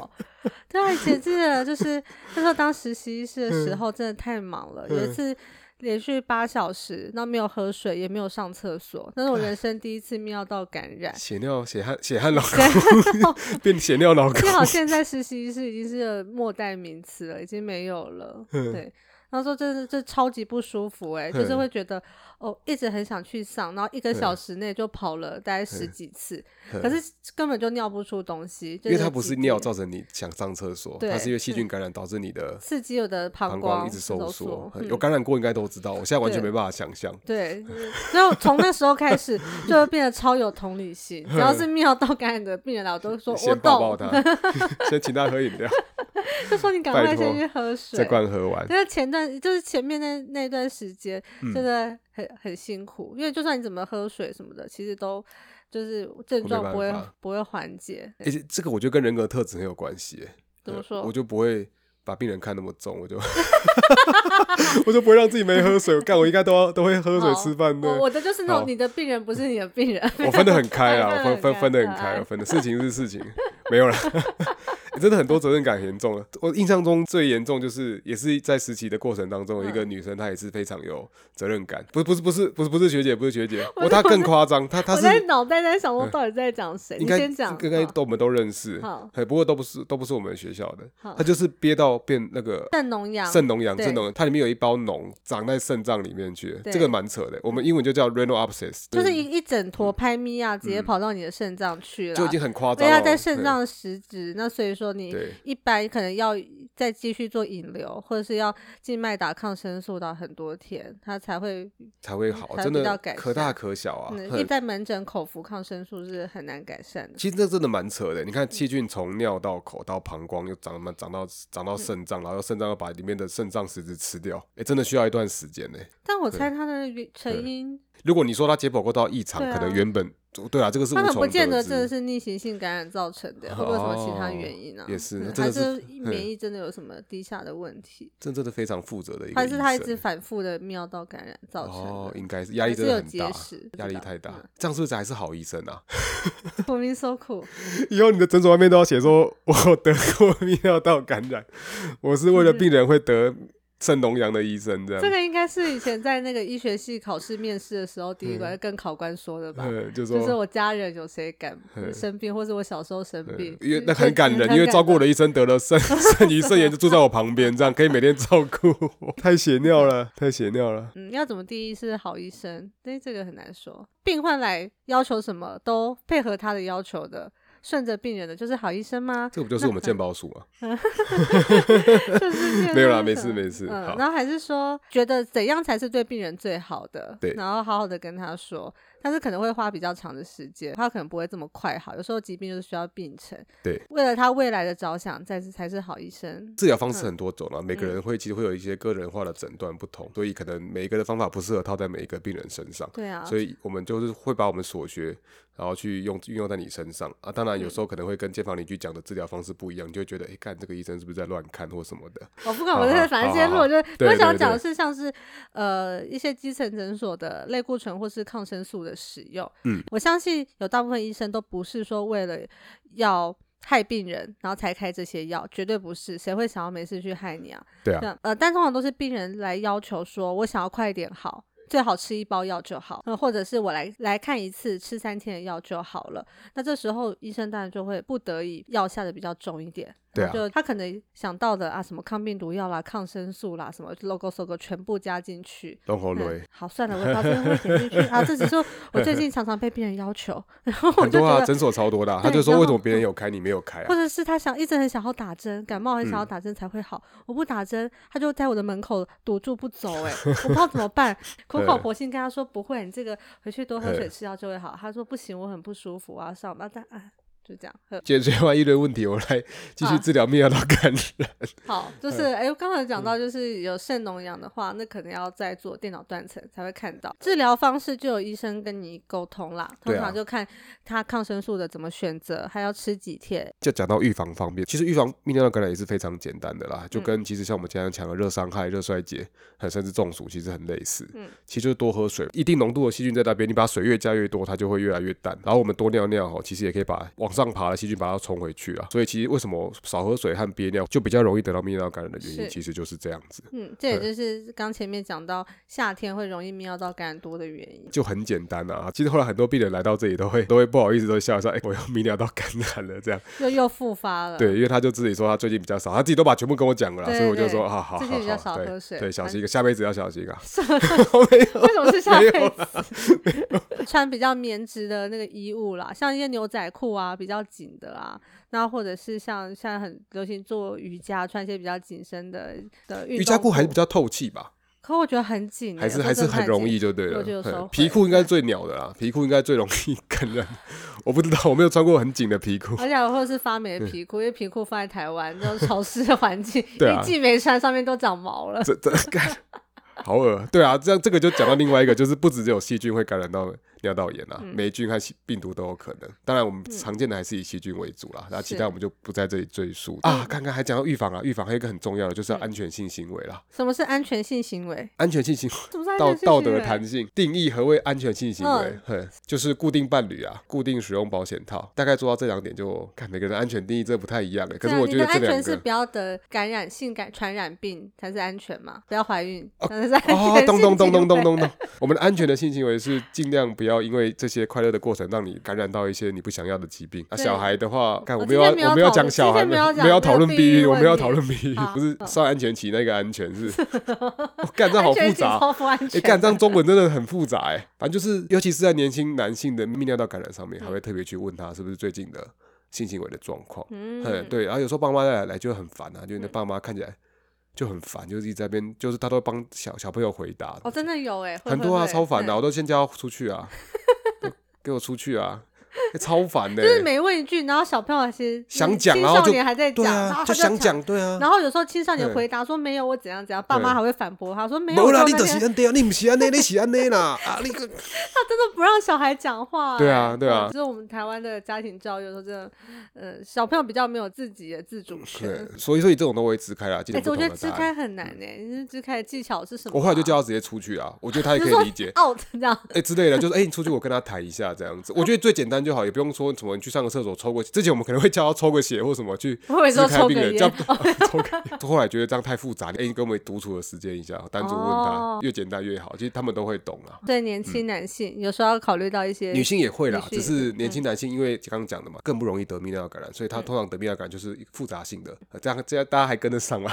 Speaker 1: 对啊，以前真的就是那时候当实习医师的时候，真的太忙了。有一
Speaker 2: 嗯
Speaker 1: 次连续八小时，那没有喝水，也没有上厕所，那是我人生第一次尿道感染。
Speaker 2: 血尿血汗血汗老 公 变血尿老公
Speaker 1: 幸，好现在实习医师已经是个末代名词了，已经没有 了。对，然后说真的，这超级不舒服哎、就是
Speaker 2: 嗯
Speaker 1: 会觉得哦，一直很想去上，然后一个小时内就跑了大概十几次，可是根本就尿不出东西，就
Speaker 2: 因为它不
Speaker 1: 几
Speaker 2: 是
Speaker 1: 天
Speaker 2: 尿造成你想上厕所，
Speaker 1: 对
Speaker 2: 它是因为细菌感染导致你的
Speaker 1: 刺激我的
Speaker 2: 膀
Speaker 1: 膀
Speaker 2: 胱一直
Speaker 1: 收
Speaker 2: 收缩。
Speaker 1: 嗯
Speaker 2: 有感染过应该都知道，我现在完全
Speaker 1: 对
Speaker 2: 没办法想象。
Speaker 1: 对，就是所以我从那时候开 始就会变得超有同理心。只要是尿道感染的病人来，啊我都说我
Speaker 2: 先抱抱
Speaker 1: 懂，
Speaker 2: 他， 先请他喝饮料，
Speaker 1: 就说你赶
Speaker 2: 拜
Speaker 1: 快先
Speaker 2: 托
Speaker 1: 去喝水
Speaker 2: 再。灌喝完。
Speaker 1: 但是前段就是前面那那段时间，
Speaker 2: 嗯
Speaker 1: 真的很、很辛苦，因为就算你怎么喝水什么的，其实都就是症
Speaker 2: 没
Speaker 1: 状
Speaker 2: 办
Speaker 1: 不会
Speaker 2: 法
Speaker 1: 不会缓解。
Speaker 2: 而且这个我觉得跟人格特质很有关系耶。
Speaker 1: 怎么
Speaker 2: 呃
Speaker 1: 说
Speaker 2: 我就不会把病人看那么重，我就 我就不会让自己没喝水。我干，我应该都要都会喝水
Speaker 1: 好
Speaker 2: 吃饭的。
Speaker 1: 我我的就是那
Speaker 2: 好
Speaker 1: 种你的病人不是你的病人，
Speaker 2: 我分得很开啦，
Speaker 1: 哎
Speaker 2: 我分分分
Speaker 1: 分
Speaker 2: 得
Speaker 1: 得
Speaker 2: 很
Speaker 1: 很开
Speaker 2: 开，
Speaker 1: 哎
Speaker 2: 我分的事情是事情， 没有啦。欸真的很多责任感很严重了。我印象中最严重就是，也是在实习的过程当中，有一个
Speaker 1: 嗯
Speaker 2: 女生她也是非常有责任感。不是不是不是不是不是学姐，不是学姐，我她更夸张，她她
Speaker 1: 我
Speaker 2: 是
Speaker 1: 在脑袋在想说到底在讲谁？
Speaker 2: 应
Speaker 1: 你
Speaker 2: 该
Speaker 1: 先讲，
Speaker 2: 应该
Speaker 1: 好
Speaker 2: 都我们都认识
Speaker 1: 好，
Speaker 2: 哎，不过都不是都不是我们学校的
Speaker 1: 好，
Speaker 2: 她就是憋到变那个
Speaker 1: 肾脓疡，
Speaker 2: 肾脓疡，
Speaker 1: 对
Speaker 2: 肾脓疡，它里面有一包脓长在肾脏里面去，
Speaker 1: 对
Speaker 2: 这个蛮扯的。我们英文就叫 renal abscess，
Speaker 1: 就是一一整坨拍咪亚直接跑到你的肾脏去了，
Speaker 2: 嗯就已经很夸
Speaker 1: 对
Speaker 2: 张哦
Speaker 1: 啊，
Speaker 2: 了。
Speaker 1: 在肾
Speaker 2: 对
Speaker 1: 脏实质，那所以说你
Speaker 2: 对
Speaker 1: 一般可能要再继续做引流，或者是要静脉打抗生素到很多天，它才会
Speaker 2: 才会好，
Speaker 1: 嗯才
Speaker 2: 真
Speaker 1: 比较
Speaker 2: 的
Speaker 1: 改
Speaker 2: 可大
Speaker 1: 善
Speaker 2: 可小啊。
Speaker 1: 嗯，因
Speaker 2: 很
Speaker 1: 为在门诊口服抗生素是很难改善的。
Speaker 2: 其实这真的蛮扯的。
Speaker 1: 嗯
Speaker 2: 你看细菌从尿到口到膀胱，又长慢长到
Speaker 1: 嗯
Speaker 2: 长到肾脏，然后肾脏要把里面的肾脏实质吃掉，哎，真的需要一段时间呢。
Speaker 1: 但我猜它的原成因，
Speaker 2: 如果你说它解剖过到异常，
Speaker 1: 对
Speaker 2: 可
Speaker 1: 啊
Speaker 2: 能原本对啊，这个是无
Speaker 1: 它可能
Speaker 2: 从
Speaker 1: 不见
Speaker 2: 得
Speaker 1: 得
Speaker 2: 知
Speaker 1: 真的是逆行性感染造成的，会不会有什么其他原因啊？
Speaker 2: 哦也是
Speaker 1: 嗯
Speaker 2: 真
Speaker 1: 还
Speaker 2: 的是
Speaker 1: 是免疫真的有什么低下的问题，
Speaker 2: 这真的非常负责的一个
Speaker 1: 还
Speaker 2: 医
Speaker 1: 是
Speaker 2: 生。
Speaker 1: 它一直反复的尿道感染造成
Speaker 2: 哦，
Speaker 1: 的？
Speaker 2: 应该是压力
Speaker 1: 还是
Speaker 2: 真的
Speaker 1: 有
Speaker 2: 很
Speaker 1: 结
Speaker 2: 大
Speaker 1: 石，
Speaker 2: 压
Speaker 1: 不知
Speaker 2: 力
Speaker 1: 道
Speaker 2: 太大
Speaker 1: 嗯，
Speaker 2: 这样是不是还是好医生啊？
Speaker 1: 国民受苦，
Speaker 2: 以后你的诊所外面都要写说我得过 泌尿道感染，我是为了病人会得肾脓疡的医生这样。
Speaker 1: 嗯这个应该是以前在那个医学系考试面试的时候，第一关跟考官说的吧？
Speaker 2: 嗯，就说
Speaker 1: 就是我家人有谁感
Speaker 2: 嗯
Speaker 1: 生病，或者我小时候生病
Speaker 2: 嗯，因为那很感人，因为照顾我
Speaker 1: 人。
Speaker 2: 的医生得了 肾肾盂肾炎，就住在我旁边，这样可以每天照顾我，太血尿了， 太血尿了。
Speaker 1: 嗯，要怎么定义是好医生？那这个很难说。病患来要求什么都配合他的要求的，顺着病人的，就是好医生吗？
Speaker 2: 这个不就是我们健保署吗？
Speaker 1: 就是
Speaker 2: 没有啦
Speaker 1: 啦，
Speaker 2: 没事没事
Speaker 1: 嗯
Speaker 2: 好，
Speaker 1: 然后还是说，觉得怎样才是对病人最好的？
Speaker 2: 对
Speaker 1: 然后好好的跟他说，但是可能会花比较长的时间，他可能不会这么快好。有时候疾病就是需要病程，
Speaker 2: 对，
Speaker 1: 为了他未来的着想，才是才是好医生。
Speaker 2: 治疗方式很多种了、每个人会其实会有一些个人化的诊断不同，所以可能每一个的方法不适合套在每一个病人身上。
Speaker 1: 对啊，
Speaker 2: 所以我们就是会把我们所学，然后去用运用在你身上啊。当然，有时候可能会跟健房邻居讲的治疗方式不一样，你就会觉得，哎、看这个医生是不是在乱看或什么的。
Speaker 1: 我不管，
Speaker 2: 好
Speaker 1: 我这
Speaker 2: 好
Speaker 1: 个反正今天录，
Speaker 2: 好好
Speaker 1: 我就
Speaker 2: 对
Speaker 1: 我想
Speaker 2: 对
Speaker 1: 讲
Speaker 2: 对
Speaker 1: 的是，像是呃一些基层诊所的类固醇或是抗生素的使用，
Speaker 2: 嗯，
Speaker 1: 我相信有大部分医生都不是说为了要害病人，然后才开这些药，绝对不是，谁会想要没事去害你啊？
Speaker 2: 对啊，
Speaker 1: 那呃，但通常都是病人来要求说，我想要快一点好。最好吃一包药就好，呃，或者是我来来看一次，吃三天的药就好了。那这时候医生当然就会不得已药下的比较重一点，
Speaker 2: 对
Speaker 1: 然后
Speaker 2: 啊
Speaker 1: 就他可能想到的啊，什么抗病毒药啦、抗生素啦，什么 logo logo 全部加进去。
Speaker 2: 龙喉
Speaker 1: 嗯
Speaker 2: 雷。
Speaker 1: 好，算了，我到这边会剪进去啊。这 只是我最近常常被病人要求，然后 我
Speaker 2: 很
Speaker 1: 就
Speaker 2: 多
Speaker 1: 觉
Speaker 2: 啊，
Speaker 1: 得，
Speaker 2: 诊所超多的啊、他
Speaker 1: 对
Speaker 2: 就说
Speaker 1: 然
Speaker 2: 为
Speaker 1: 后
Speaker 2: 什么别人有开你没有开
Speaker 1: 或
Speaker 2: 啊？
Speaker 1: 者是他想一直很想要打针，感冒很想要
Speaker 2: 嗯
Speaker 1: 打针才会好，我不打针，他就在我的门口堵住不走、 欸，我不知道怎么办，苦口婆心跟他说不会，你这个回去多喝水
Speaker 2: 嗯
Speaker 1: 吃药就会好。他说不行，我很不舒服，我要上班，但啊，就这样。呵
Speaker 2: 解决完一堆问题，我来继续
Speaker 1: 啊
Speaker 2: 治疗泌尿道感 染。
Speaker 1: 好，
Speaker 2: 嗯
Speaker 1: 就是哎，诶刚才讲到，就是有肾脓疡的话，那可能要再做电脑断层才会看到。治疗方式就有医生跟你沟通啦，通
Speaker 2: 对啊
Speaker 1: 常就看他抗生素的怎么选择，还要吃几天。
Speaker 2: 就讲到预防方面，其实预防泌尿道感染也是非常简单的啦，就
Speaker 1: 嗯
Speaker 2: 跟其实像我们经常讲的热伤害、热衰竭，很甚至中暑，其实很类似。
Speaker 1: 嗯，
Speaker 2: 其实就是多喝水，一定浓度的细菌在那边，你把水越加越多，它就会越来越淡。然后我们多尿尿哦，其实也可以把往上爬的细菌把它冲回去啊。所以其实为什么少喝水和憋尿就比较容易得到泌尿道感染的原因，
Speaker 1: 是
Speaker 2: 其实就是这样子。
Speaker 1: 嗯，这也
Speaker 2: 对
Speaker 1: 就是刚前面讲到夏天会容易泌尿道感染多的原因。
Speaker 2: 就很简单啊，其实后来很多病人来到这里都会都会不好意思，都会笑说：“哎、我又泌尿道感染了。”这样
Speaker 1: 又又复发了。
Speaker 2: 对，因为他就自己说他最近比较少，他自己都把全部跟我讲了啦，
Speaker 1: 对
Speaker 2: 所以我就说
Speaker 1: 对
Speaker 2: 啊，好好
Speaker 1: 最近比较少
Speaker 2: 好，对
Speaker 1: 喝水
Speaker 2: 对，小
Speaker 1: 反
Speaker 2: 心一个，下辈子要小心啊。
Speaker 1: 为什么是下
Speaker 2: 没有啊
Speaker 1: 辈子？ 穿比较棉质的那个衣物啦，像一些牛仔裤啊，比较紧的啊，那或者是像现在很流行做瑜伽，穿一些比较紧身的的运
Speaker 2: 瑜伽
Speaker 1: 动裤
Speaker 2: 裤还是比较透气吧，
Speaker 1: 可我觉得很紧欸、
Speaker 2: 还是
Speaker 1: 说
Speaker 2: 还是
Speaker 1: 真的
Speaker 2: 很
Speaker 1: 太
Speaker 2: 容
Speaker 1: 紧
Speaker 2: 易就对了
Speaker 1: 我就有时候。会
Speaker 2: 嗯皮裤应该最鸟的啦，皮裤应该最容易感染。我不知道，我没有穿过很紧的皮裤。
Speaker 1: 而且我或者是发霉的皮裤，因为皮裤放在台湾那种潮湿的环境，
Speaker 2: 对啊
Speaker 1: 一季没穿，上面都长毛了。
Speaker 2: 这这干好恶，对啊，这样这个就讲到另外一个，就是不只只有细菌会感染到尿道炎
Speaker 1: 嗯
Speaker 2: 啊，霉菌和细病毒都有可能。当然，我们常见的还是以细菌为主啦，那其
Speaker 1: 是
Speaker 2: 他我们就不在这里赘述啊。刚刚还讲到预防啊，预防还有一个很重要
Speaker 1: 嗯
Speaker 2: 的就是要安全性行为啦，
Speaker 1: 什么是安全性行为？
Speaker 2: 安全性行为。
Speaker 1: 什么是安
Speaker 2: 道
Speaker 1: 全性
Speaker 2: 道
Speaker 1: 行
Speaker 2: 德
Speaker 1: 为？
Speaker 2: 弹性定义何谓安全性行为
Speaker 1: 嗯？
Speaker 2: 哼，就是固定伴侣啊，固定使用保险套，大概做到这两点就看每个人的安全定义这不太一样欸可
Speaker 1: 对
Speaker 2: 是
Speaker 1: 啊
Speaker 2: 我
Speaker 1: 你
Speaker 2: 觉得
Speaker 1: 的
Speaker 2: 这
Speaker 1: 安全
Speaker 2: 两
Speaker 1: 是
Speaker 2: 个
Speaker 1: 不要得感染性感传染病才是安全嘛，不要怀孕，才 是安全
Speaker 2: 哦，咚咚咚咚
Speaker 1: 性行为
Speaker 2: 咚咚咚！我们的安全的性行为是尽量不要因为这些快乐的过程让你感染到一些你不想要的疾病。啊，
Speaker 1: 对
Speaker 2: 小孩的话，看我
Speaker 1: 我
Speaker 2: 们
Speaker 1: 今
Speaker 2: 要
Speaker 1: 天没有
Speaker 2: 我们要讲小孩，
Speaker 1: 讨论今天没
Speaker 2: 没
Speaker 1: 有讲
Speaker 2: 有讨论
Speaker 1: 没有
Speaker 2: 避
Speaker 1: 避
Speaker 2: 孕，
Speaker 1: 孕
Speaker 2: 我们要
Speaker 1: 问题
Speaker 2: 讨论避孕，
Speaker 1: 好
Speaker 2: 不是
Speaker 1: 好
Speaker 2: 上安全期那个安 全是。 我干这好
Speaker 1: 安
Speaker 2: 复
Speaker 1: 全性
Speaker 2: 杂，
Speaker 1: 超不安
Speaker 2: 哎，
Speaker 1: 全。
Speaker 2: 干这样中文真的很复杂哎。反正就是，尤其是在年轻男性的泌尿道感染上面，还会特别去问他是不是最近的。性行为的状况。嗯，
Speaker 1: 嗯，
Speaker 2: 对，然后有时候爸妈来来就很烦啊，就你的爸妈看起来就很烦，就是一直在那边，就是他都会帮小小朋友回答，
Speaker 1: 哦，真的有哎，会
Speaker 2: 很多啊，
Speaker 1: 会会
Speaker 2: 超烦的、
Speaker 1: 嗯
Speaker 2: 我都先叫他出去 啊，给我出去啊，欸超烦的、
Speaker 1: 就是每问一句，然后小朋友其实
Speaker 2: 想
Speaker 1: 嗯
Speaker 2: 讲
Speaker 1: 青
Speaker 2: 然后
Speaker 1: 少
Speaker 2: 就
Speaker 1: 年还在
Speaker 2: 对
Speaker 1: 讲，然
Speaker 2: 啊，
Speaker 1: 后他
Speaker 2: 就想，讲，对啊，
Speaker 1: 然后有时候青少年
Speaker 2: 嗯
Speaker 1: 回答说没有，我怎样怎样，爸妈
Speaker 2: 嗯
Speaker 1: 还会反驳他说没有，
Speaker 2: 没
Speaker 1: 我
Speaker 2: 啦，
Speaker 1: 到
Speaker 2: 你
Speaker 1: 那
Speaker 2: 就是
Speaker 1: 边
Speaker 2: 安尼啊，你不是安尼，你是安尼啦，啊， 你个
Speaker 1: 他真的不让小孩讲话欸。
Speaker 2: 对啊对啊
Speaker 1: 就是我们台湾的家庭教育，说真的，呃，小朋友比较没有自己的自主权
Speaker 2: 对。，所以说你这种都会支开啦，今
Speaker 1: 哎，
Speaker 2: 天
Speaker 1: 这我
Speaker 2: 不同
Speaker 1: 觉
Speaker 2: 的
Speaker 1: 得支
Speaker 2: 答
Speaker 1: 开
Speaker 2: 案。嗯
Speaker 1: 很难哎，你是支开的技巧是什么啊？
Speaker 2: 我后来就叫他直接出去啊，我觉得他也
Speaker 1: 就
Speaker 2: 可
Speaker 1: 说
Speaker 2: 以理解，
Speaker 1: out 这样。
Speaker 2: 哎、之类的，就是哎、你出去我跟他谈一下这样子，我觉得最简单就好，也不用说什么你去上个厕所抽个，之前我们可能会叫他抽个血或什么去
Speaker 1: 我以为
Speaker 2: 支
Speaker 1: 说
Speaker 2: 开
Speaker 1: 抽
Speaker 2: 病
Speaker 1: 个
Speaker 2: 人，
Speaker 1: 烟
Speaker 2: 这样 抽个烟。后来觉得这样太复杂，哎、你跟我们独处的时间一下，单独问他，
Speaker 1: 哦
Speaker 2: 越简单越好，其实他们都会懂啦。
Speaker 1: 对年轻男性，有时候要考虑到一些
Speaker 2: 嗯女性也会啦，
Speaker 1: 女性
Speaker 2: 只
Speaker 1: 也嗯
Speaker 2: 是年轻男性因为刚刚讲的嘛，更不容易得泌尿感染，所以他通常得泌尿感染就是复杂性的，呃这样这样大家还跟得上吗？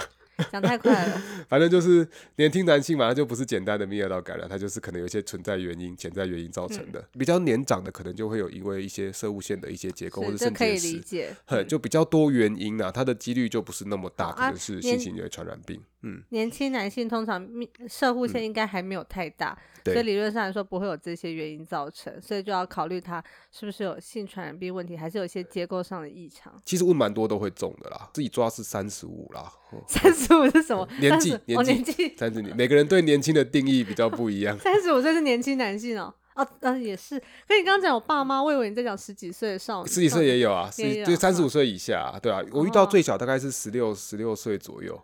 Speaker 1: 讲太快 了，
Speaker 2: 反正就是年轻男性嘛，他就不是简单的泌尿道感染，他就是可能有一些存在原因、潜在原因造成
Speaker 1: 嗯
Speaker 2: 的。比较年长的可能就会有因为一些射物线的一些结构或
Speaker 1: 是
Speaker 2: 者
Speaker 1: 这
Speaker 2: 肾
Speaker 1: 可以
Speaker 2: 结
Speaker 1: 理
Speaker 2: 石，
Speaker 1: 解。
Speaker 2: 哼，就比较多原因啊，它的几率就不是那么大，
Speaker 1: 好
Speaker 2: 可
Speaker 1: 啊
Speaker 2: 能是
Speaker 1: 年
Speaker 2: 性行为传染病。嗯，
Speaker 1: 年轻男性通常泌射护腺应该还没有太大，所以
Speaker 2: 对，
Speaker 1: 理论上来说不会有这些原因造成，所以就要考虑他是不是有性传染病问题，还是有一些结构上的异常。
Speaker 2: 其实问蛮多都会中的啦，自己抓是三十五啦。哦
Speaker 1: 三十五是什么？
Speaker 2: 嗯年纪
Speaker 1: 35
Speaker 2: 年
Speaker 1: 哦，
Speaker 2: 纪
Speaker 1: 年纪。
Speaker 2: 三十年，每个人对年轻的定义比较不一样
Speaker 1: 三十五岁是年轻男性哦。哦，嗯、也是。可你刚刚讲我爸妈，我以为你在讲十几岁的少女，
Speaker 2: 十几岁也
Speaker 1: 有
Speaker 2: 有啊，
Speaker 1: 也
Speaker 2: 十
Speaker 1: 有
Speaker 2: 就
Speaker 1: 嗯
Speaker 2: 三十五岁以下、啊，对啊，我遇到
Speaker 1: 哦
Speaker 2: 最小大概是十六十六岁左右，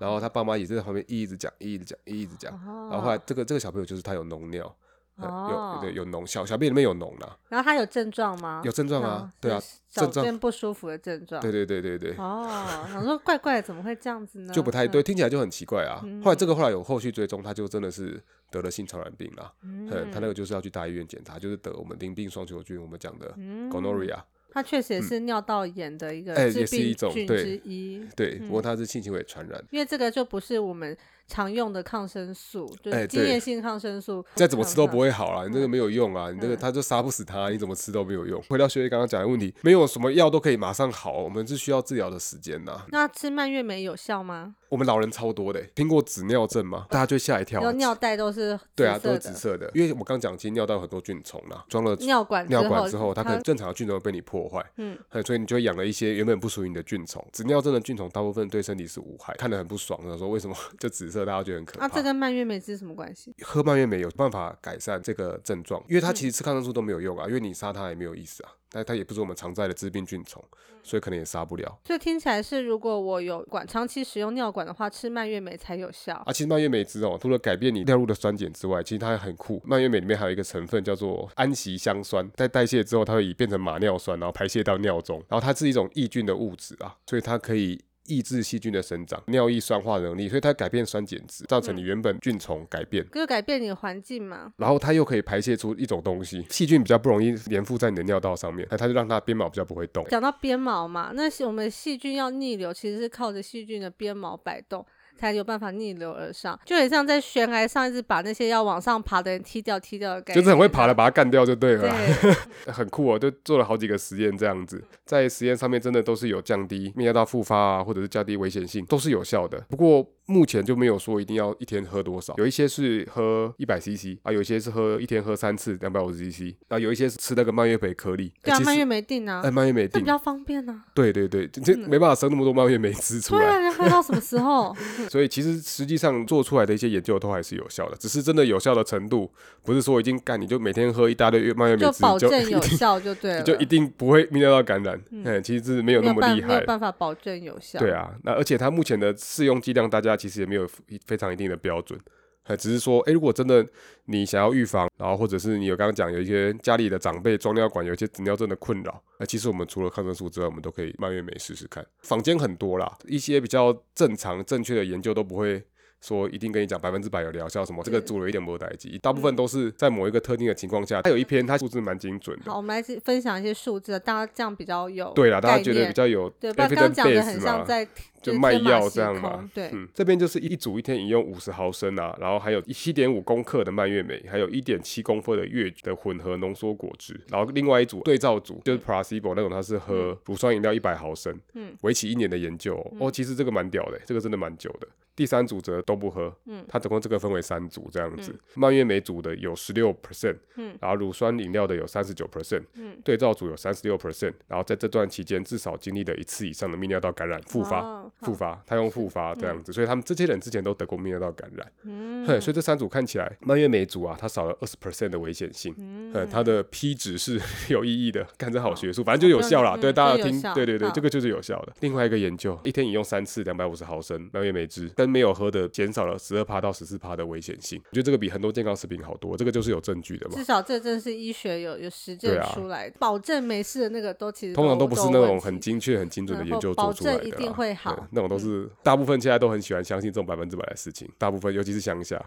Speaker 2: 然后他爸妈也在旁边一直讲一直讲一直讲，
Speaker 1: 哦
Speaker 2: 然后后来这个这个小朋友就是他有脓尿，呃
Speaker 1: 哦
Speaker 2: 有对有脓，小小便里面有脓啦，
Speaker 1: 然后他有症状吗？
Speaker 2: 有症状啊
Speaker 1: 嗯，
Speaker 2: 对啊，，
Speaker 1: 小
Speaker 2: 症状
Speaker 1: 便不舒服的症状。
Speaker 2: 对对对对对，
Speaker 1: 哦，想说怪怪，怎么会这样子呢？
Speaker 2: 就不太
Speaker 1: 嗯
Speaker 2: 对，，听起来就很奇怪啊。后来这个后来有后续追踪，他就真的是得了性传染病啦，嗯，他那个就是要去大医院检查，就是得我们淋病双球菌，我们讲的
Speaker 1: 嗯
Speaker 2: gonorrhea，
Speaker 1: 它确实也是尿道炎的一个
Speaker 2: 嗯哎
Speaker 1: 致
Speaker 2: 也是
Speaker 1: 病
Speaker 2: 一种
Speaker 1: 菌
Speaker 2: 对
Speaker 1: 之一。
Speaker 2: 对，
Speaker 1: 嗯
Speaker 2: 不过它是性行为传染。
Speaker 1: 因为这个就不是我们常用的抗生素，就是
Speaker 2: 哎
Speaker 1: 经
Speaker 2: 对
Speaker 1: 验性抗生素，
Speaker 2: 再怎么吃都不
Speaker 1: 会。
Speaker 2: 会好啦，你
Speaker 1: 嗯
Speaker 2: 这个没有用啊，你这个他就杀不死他，你怎么吃都没有用。回到学姐刚刚讲的问题，没有什么药都可以马上好，我们是需要治疗的时间呐。
Speaker 1: 那吃蔓越莓有效吗？
Speaker 2: 我们老人超多的、听过纸尿症吗？大家就吓一跳
Speaker 1: 然
Speaker 2: 啊、
Speaker 1: 后尿袋都是紫
Speaker 2: 对啊，都
Speaker 1: 色
Speaker 2: 是紫
Speaker 1: 的，
Speaker 2: 色的，因为我刚讲，其实尿道有很多菌虫啦，装了
Speaker 1: 尿管
Speaker 2: 尿管之后，它
Speaker 1: 它
Speaker 2: 可能正常的菌虫会被你破坏，
Speaker 1: 嗯
Speaker 2: 嗯，所以你就会养了一些原本不属于你的菌虫。纸尿症的菌虫大部分对身体是无害，看得很不爽，的说为什么就紫色，大家觉得很可
Speaker 1: 啊，
Speaker 2: 怕。
Speaker 1: 这跟蔓越莓是什么关系？
Speaker 2: 喝蔓越莓有办法改善这个症状，因为它其实吃抗生素都没有用啊，因为你杀它也没有意思啊，但它也不是我们常在的致病菌虫，
Speaker 1: 嗯
Speaker 2: 所以可能也杀不了。
Speaker 1: 就听起来是，如果我有管长期使用尿管的话，吃蔓越莓才有效。
Speaker 2: 啊，其实蔓越莓汁哦，除了改变你尿路的酸碱之外，其实它还很酷。蔓越莓里面还有一个成分叫做氨酰香酸，在代谢之后，它会以变成马尿酸，然后排泄到尿中，然后它是一种抑菌的物质啊，所以它可以。抑制细菌的生长，尿液酸化能力，所以它改变酸碱值，造成你原本菌虫改变，
Speaker 1: 就改变你的环境嘛，
Speaker 2: 然后它又可以排泄出一种东西，细菌比较不容易粘附在你的尿道上面，那它就让它鞭毛比较不会动。
Speaker 1: 讲到鞭毛嘛，那些我们细菌要逆流，其实是靠着细菌的鞭毛摆动。
Speaker 2: 嗯
Speaker 1: 才有办法逆流而上，就很像在悬崖上一直把那些要往上爬的人踢掉、踢掉的感觉，
Speaker 2: 就是很会爬的，。把它干掉就对了啊 啦。
Speaker 1: 对，
Speaker 2: 很酷哦，就做了好几个实验这样子，
Speaker 1: 嗯
Speaker 2: 在实验上面真的都是有降低泌尿道复发啊，或者是降低危险性，都是有效的。不过目前就没有说一定要一天喝多少，有一些是喝一百 CC 啊，有一些是喝一天喝三次两百五十 CC，啊，有一些是吃那个蔓越莓颗粒。
Speaker 1: 对啊，
Speaker 2: 欸
Speaker 1: 蔓越
Speaker 2: 莓，
Speaker 1: 莓定啊
Speaker 2: 哎，，蔓越莓
Speaker 1: 这比
Speaker 2: 定，
Speaker 1: 较方便啊。
Speaker 2: 对对对，这这没办法生那么多蔓越莓汁出
Speaker 1: 对
Speaker 2: 来
Speaker 1: 啊，，要喝到什么时候？
Speaker 2: 所以其实实际上做出来的一些研究都还是有效的，只是真的有效的程度，不是说已经干你就每天喝一大堆蔓越莓
Speaker 1: 就
Speaker 2: 汁
Speaker 1: 保
Speaker 2: 就
Speaker 1: 证有效就对了，
Speaker 2: 就一定不会泌尿道感染。嗯，其实是没有
Speaker 1: 没
Speaker 2: 那
Speaker 1: 有
Speaker 2: 么
Speaker 1: 办
Speaker 2: 厉
Speaker 1: 没
Speaker 2: 害
Speaker 1: 有。办法保证有效。
Speaker 2: 对啊，那而且它目前的适用剂量，大家其实也没有非常一定的标准，呃，只是说，诶，如果真的你想要预防，然后或者是你有刚刚讲有一些家里的长辈装尿管有一些纸尿症的困扰，那其实我们除了抗生素之外，我们都可以蔓越莓试试看。坊间很多啦，一些比较正常正确的研究都不会。说一定跟你讲百分之百有疗效什么，
Speaker 1: 嗯
Speaker 2: 这个做了一点没代机，大部分都是在某一个特定的情况下，它有一篇它数字蛮精准的，
Speaker 1: 好，我们来分享一些数字，大家这样比较有
Speaker 2: 对啦，大家
Speaker 1: 概
Speaker 2: 觉得
Speaker 1: 念
Speaker 2: 比较有
Speaker 1: 对，不然刚
Speaker 2: evidence
Speaker 1: 刚讲的
Speaker 2: base
Speaker 1: 很
Speaker 2: 嘛
Speaker 1: 像在
Speaker 2: 就是卖
Speaker 1: 天马
Speaker 2: 药
Speaker 1: 行
Speaker 2: 这样嘛
Speaker 1: 空。对
Speaker 2: 嗯，这边就是一组一天饮用五十毫升啊，然后还有七点五公克的蔓越莓，还有一点七公克的月的混合浓缩果汁。然后另外一组对照组就是 placebo 那种，它是喝乳酸饮料一百毫升，
Speaker 1: 嗯，
Speaker 2: 为期一年的研究哦。哦其实这个蛮屌的，这个真的蛮久的。第三组则都不喝，
Speaker 1: 嗯
Speaker 2: 它总共这个分为三组这样子，蔓越莓组的有十六 percent，
Speaker 1: 嗯，
Speaker 2: 然后乳酸饮料的有三十九 percent，
Speaker 1: 嗯，
Speaker 2: 对照组有三十六 percent，然后在这段期间至少经历了一次以上的泌尿道感染复发，
Speaker 1: 哦好
Speaker 2: 复发，他用复发这样子，所以他们这些人之前都得过泌尿道感染，
Speaker 1: 嗯
Speaker 2: 哼，所以这三组看起来蔓越莓组啊，它少了二十 percent 的危险性，嗯，它的 P 值是 有意义的，看这好学术，反正就有效啦，
Speaker 1: 嗯
Speaker 2: 对大
Speaker 1: 这
Speaker 2: 家
Speaker 1: 有
Speaker 2: 听
Speaker 1: 效，
Speaker 2: 对对对
Speaker 1: 好，
Speaker 2: 这个就是有效的。另外一个研究，一天饮用三次两百五十毫升蔓越莓汁，跟没有喝的减少了十二趴到十四趴的危险性，我觉得这个比很多健康食品好多，这个就是有证据的嘛
Speaker 1: 至。少这真的是医学有有实践
Speaker 2: 对啊
Speaker 1: 出来，保证没事的那个都其实
Speaker 2: 通常
Speaker 1: 都
Speaker 2: 都不是
Speaker 1: 有
Speaker 2: 那
Speaker 1: 问
Speaker 2: 种
Speaker 1: 题
Speaker 2: 很精确、很精准的
Speaker 1: 嗯
Speaker 2: 研
Speaker 1: 或
Speaker 2: 究
Speaker 1: 保
Speaker 2: 做出来的啦，啊
Speaker 1: 证一定会好嗯
Speaker 2: 对那种都是大部分现在都很喜欢相信这种百分之百的事情，大部分尤其是乡下，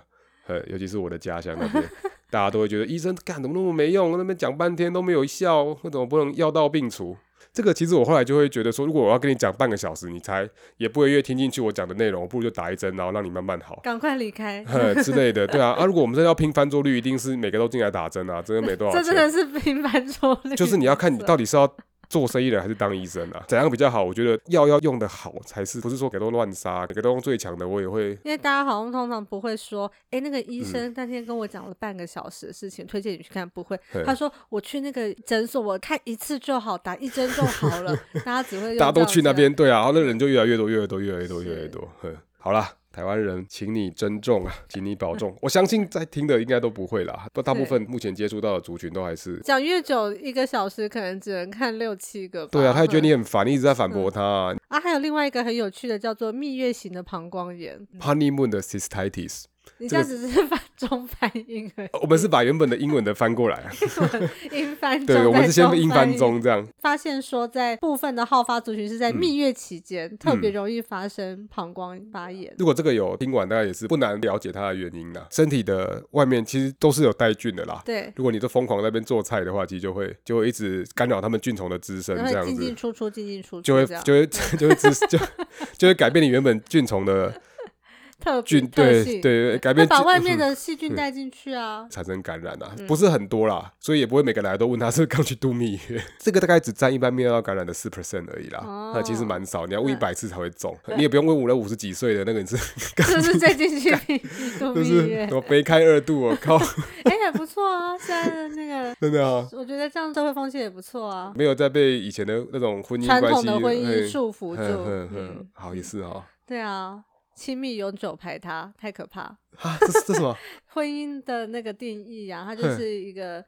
Speaker 2: 呃，尤其是我的家乡那边，大家都会觉得医生干怎么那么没用，那边讲半天都没有效，为什么不能药到病除？这个其实我后来就会觉得说，如果我要跟你讲半个小时，你才也不会越听进去我讲的内容，我不如就打一针，然后让你慢慢 好。
Speaker 1: 赶快离开，
Speaker 2: 呃之类的，对啊，啊，如果我们真的要拼翻桌率，一定是每个都进来打针啊，真的没多少
Speaker 1: 这
Speaker 2: 钱。
Speaker 1: 真的是平凡拙虑，
Speaker 2: 就是你要看你到底是要做生意人还是当医生啊，怎样比较好？我觉得药要用的好才是，不是说给都乱杀，给都用最强的，我也会。
Speaker 1: 因为大家好像通常不会说，哎，那个医
Speaker 2: 嗯
Speaker 1: 生那天跟我讲了半个小时的事情，推荐你去看，不会。
Speaker 2: 嘿
Speaker 1: 他说我去那个诊所，我看一次就好，打一针就好 了。大家只会用
Speaker 2: 大家
Speaker 1: 这
Speaker 2: 都
Speaker 1: 样
Speaker 2: 去那
Speaker 1: 讲
Speaker 2: 边，对啊，然后那人就越来越多，越来越多，越来越多，
Speaker 1: 是
Speaker 2: 越来越多。哼，好啦，台湾人，请你珍重啊，请你 保重。我相信在听的应该都不会啦，不大部分目前接触到的族群都还是。
Speaker 1: 讲越久，一个小时可能只能看六七个吧。
Speaker 2: 对啊，他会觉得
Speaker 1: 嗯
Speaker 2: 你很烦，你一直在反驳他、啊。
Speaker 1: 啊，还有另外一个很有趣的叫做蜜月型的膀胱炎，
Speaker 2: Honeymoon 的 cystitis，
Speaker 1: 你这
Speaker 2: 这
Speaker 1: 样
Speaker 2: 个
Speaker 1: 只是 翻中翻英而已，
Speaker 2: 呃我们是把原本的英文的翻过来 啊，
Speaker 1: 英翻中
Speaker 2: 对，我们是先
Speaker 1: 再
Speaker 2: 英翻
Speaker 1: 英
Speaker 2: 中嗯这样。
Speaker 1: 发现说，在部分的好发族群是在蜜月期间、特别容易发生膀胱发炎。
Speaker 2: 如果这个有听完，大家也是不难了解它的原因啦。身体的外面其实都是有带菌的啦。
Speaker 1: 对，
Speaker 2: 如果你都疯狂在那边做菜的话，其实就会就会一直干扰他们菌虫的滋生，
Speaker 1: 然
Speaker 2: 这
Speaker 1: 后
Speaker 2: 样
Speaker 1: 进进
Speaker 2: 子
Speaker 1: 出出，进进出出，
Speaker 2: 就会
Speaker 1: 这样
Speaker 2: 就会 就会滋就就会改变你原本菌虫的
Speaker 1: 特
Speaker 2: 菌
Speaker 1: 特
Speaker 2: 对对
Speaker 1: 性，
Speaker 2: 对改
Speaker 1: 会
Speaker 2: 变
Speaker 1: 把
Speaker 2: 菌
Speaker 1: 外面
Speaker 2: 嗯
Speaker 1: 的 细菌带进去啊。
Speaker 2: 产生感染啊，不是很多啦，所以也不会每个来都问他是不是 刚去度蜜月，这个大概只占一般泌尿道感染的四 percent 而已啦，
Speaker 1: 哦
Speaker 2: 那其实蛮少，你要问
Speaker 1: 嗯
Speaker 2: 一百次才会中，你也不用问我了五十几岁的那个你 是
Speaker 1: 就是最近去蜜度
Speaker 2: 就
Speaker 1: 蜜
Speaker 2: 是
Speaker 1: 月
Speaker 2: 什，么梅开二度，我靠，
Speaker 1: 哎、也不错啊。现在的那个，
Speaker 2: 真的啊，
Speaker 1: 我觉得这样社会风气也不错啊，
Speaker 2: 没有再被以前的那种婚姻
Speaker 1: 传
Speaker 2: 关
Speaker 1: 统
Speaker 2: 系
Speaker 1: 的婚姻
Speaker 2: 嘿
Speaker 1: 束缚
Speaker 2: 哼
Speaker 1: 住。
Speaker 2: 哼
Speaker 1: 嗯，
Speaker 2: 哼好也是哦，
Speaker 1: 对啊，亲密永久排他，太可怕。
Speaker 2: 啊，这是这是什么？
Speaker 1: 婚姻的那个定义啊，它就
Speaker 2: 哼
Speaker 1: 是一个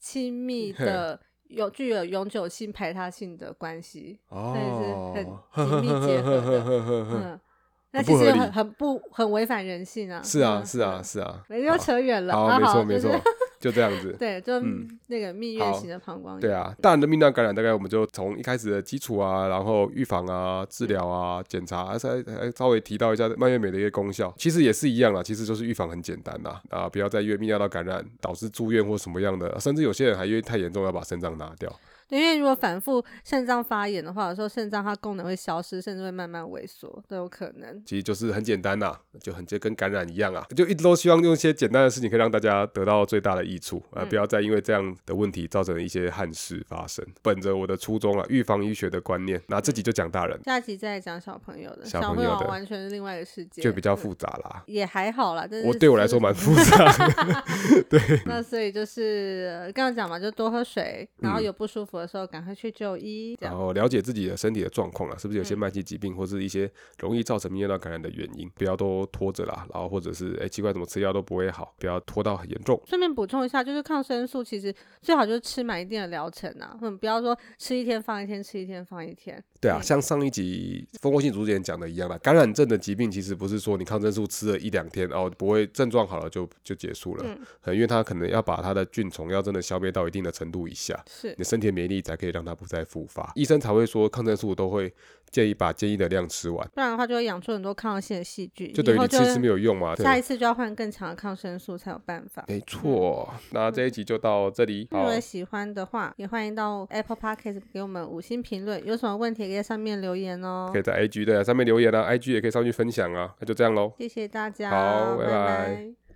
Speaker 1: 亲密的、有具有永久性、排他性的关系。
Speaker 2: 哦，
Speaker 1: 很紧密结合 的
Speaker 2: 的，
Speaker 1: 嗯，那
Speaker 2: 很
Speaker 1: 其
Speaker 2: 不
Speaker 1: 实
Speaker 2: 合理
Speaker 1: 很很不很违反人性啊。
Speaker 2: 是啊
Speaker 1: 嗯
Speaker 2: 是啊
Speaker 1: 嗯
Speaker 2: 是啊，
Speaker 1: 没又扯远了。
Speaker 2: 好，
Speaker 1: 啊
Speaker 2: 没错
Speaker 1: 好
Speaker 2: 没
Speaker 1: 就是
Speaker 2: 错， 就这样子。
Speaker 1: 对，就
Speaker 2: 嗯
Speaker 1: 那个蜜月
Speaker 2: 好
Speaker 1: 型的膀胱炎。
Speaker 2: 对啊，大人的泌尿感染大概我们就从一开始的基础啊，然后预防啊、治疗啊、检查啊，再再稍微提到一下蔓越莓的一些功效。其实也是一样啦，其实就是预防很简单啦，啊，不要再因为泌尿道感染导致住院或什么样的，甚至有些人还因为太严重要把肾脏拿掉。
Speaker 1: 对，因为如果反复肾脏发炎的话，有时候肾脏它功能会消失，甚至会慢慢萎缩，都有可能。
Speaker 2: 其实就是很简单呐、就很就跟感染一样啊，就一直都希望用一些简单的事情可以让大家得到最大的益处啊、呃不要再因为这样的问题造成一些憾事发生。本着我的初衷啊，预防医学的观念，那这集就讲大人，
Speaker 1: 下集再讲小朋友的，
Speaker 2: 小
Speaker 1: 小
Speaker 2: 朋
Speaker 1: 朋
Speaker 2: 友
Speaker 1: 友
Speaker 2: 的
Speaker 1: 完全是另外一个世界，
Speaker 2: 就比较
Speaker 1: 嗯
Speaker 2: 复杂啦。
Speaker 1: 也还好啦，但是
Speaker 2: 我对我来说嗯蛮复杂的，
Speaker 1: 那所以就是呃刚刚讲嘛，就多喝水，然后
Speaker 2: 嗯
Speaker 1: 有不舒服的时候赶快去就医，这
Speaker 2: 然
Speaker 1: 样。
Speaker 2: 后了解自己的身体的状况啊，是不是有些慢性疾病或是一些容易造成泌尿道感染的原因，不要都拖着啦，然后或者是哎奇怪怎么吃药都不会好，不要拖到很严重。
Speaker 1: 顺便补充一下，就是抗生素其实最好就是吃满一定的疗程啊，嗯，不要说吃一天放一天，吃一天放一天。
Speaker 2: 对啊，像上一集蜂窝性组织炎讲的一样啦，感染症的疾病其实不是说你抗生素吃了一两天哦，不会症状好了就就结束了，嗯、因为它可能要把它的菌虫要真的消灭到一定的程度以下，
Speaker 1: 是
Speaker 2: 你，身体的免免疫力才可以让它不再复发。医生才会说抗生素都会建议把建议的量吃完，
Speaker 1: 不然的话就会养出很多抗性的细菌，
Speaker 2: 就等于
Speaker 1: 以后
Speaker 2: 你
Speaker 1: 就
Speaker 2: 吃吃没有用嘛。对，
Speaker 1: 下一次就要换更强的抗生素才有办法。
Speaker 2: 没错。那这一集就到这里，
Speaker 1: 如
Speaker 2: 好，
Speaker 1: 果喜欢的话，也欢迎到 Apple Podcast 给我们五星评论，有什么问题可以在上面留言哦
Speaker 2: 可。啊以在 IG 的上面留言啊，IG 也可以上去分享啊。那就这样喽。
Speaker 1: 谢谢大家，
Speaker 2: 好拜
Speaker 1: 拜
Speaker 2: 拜
Speaker 1: 拜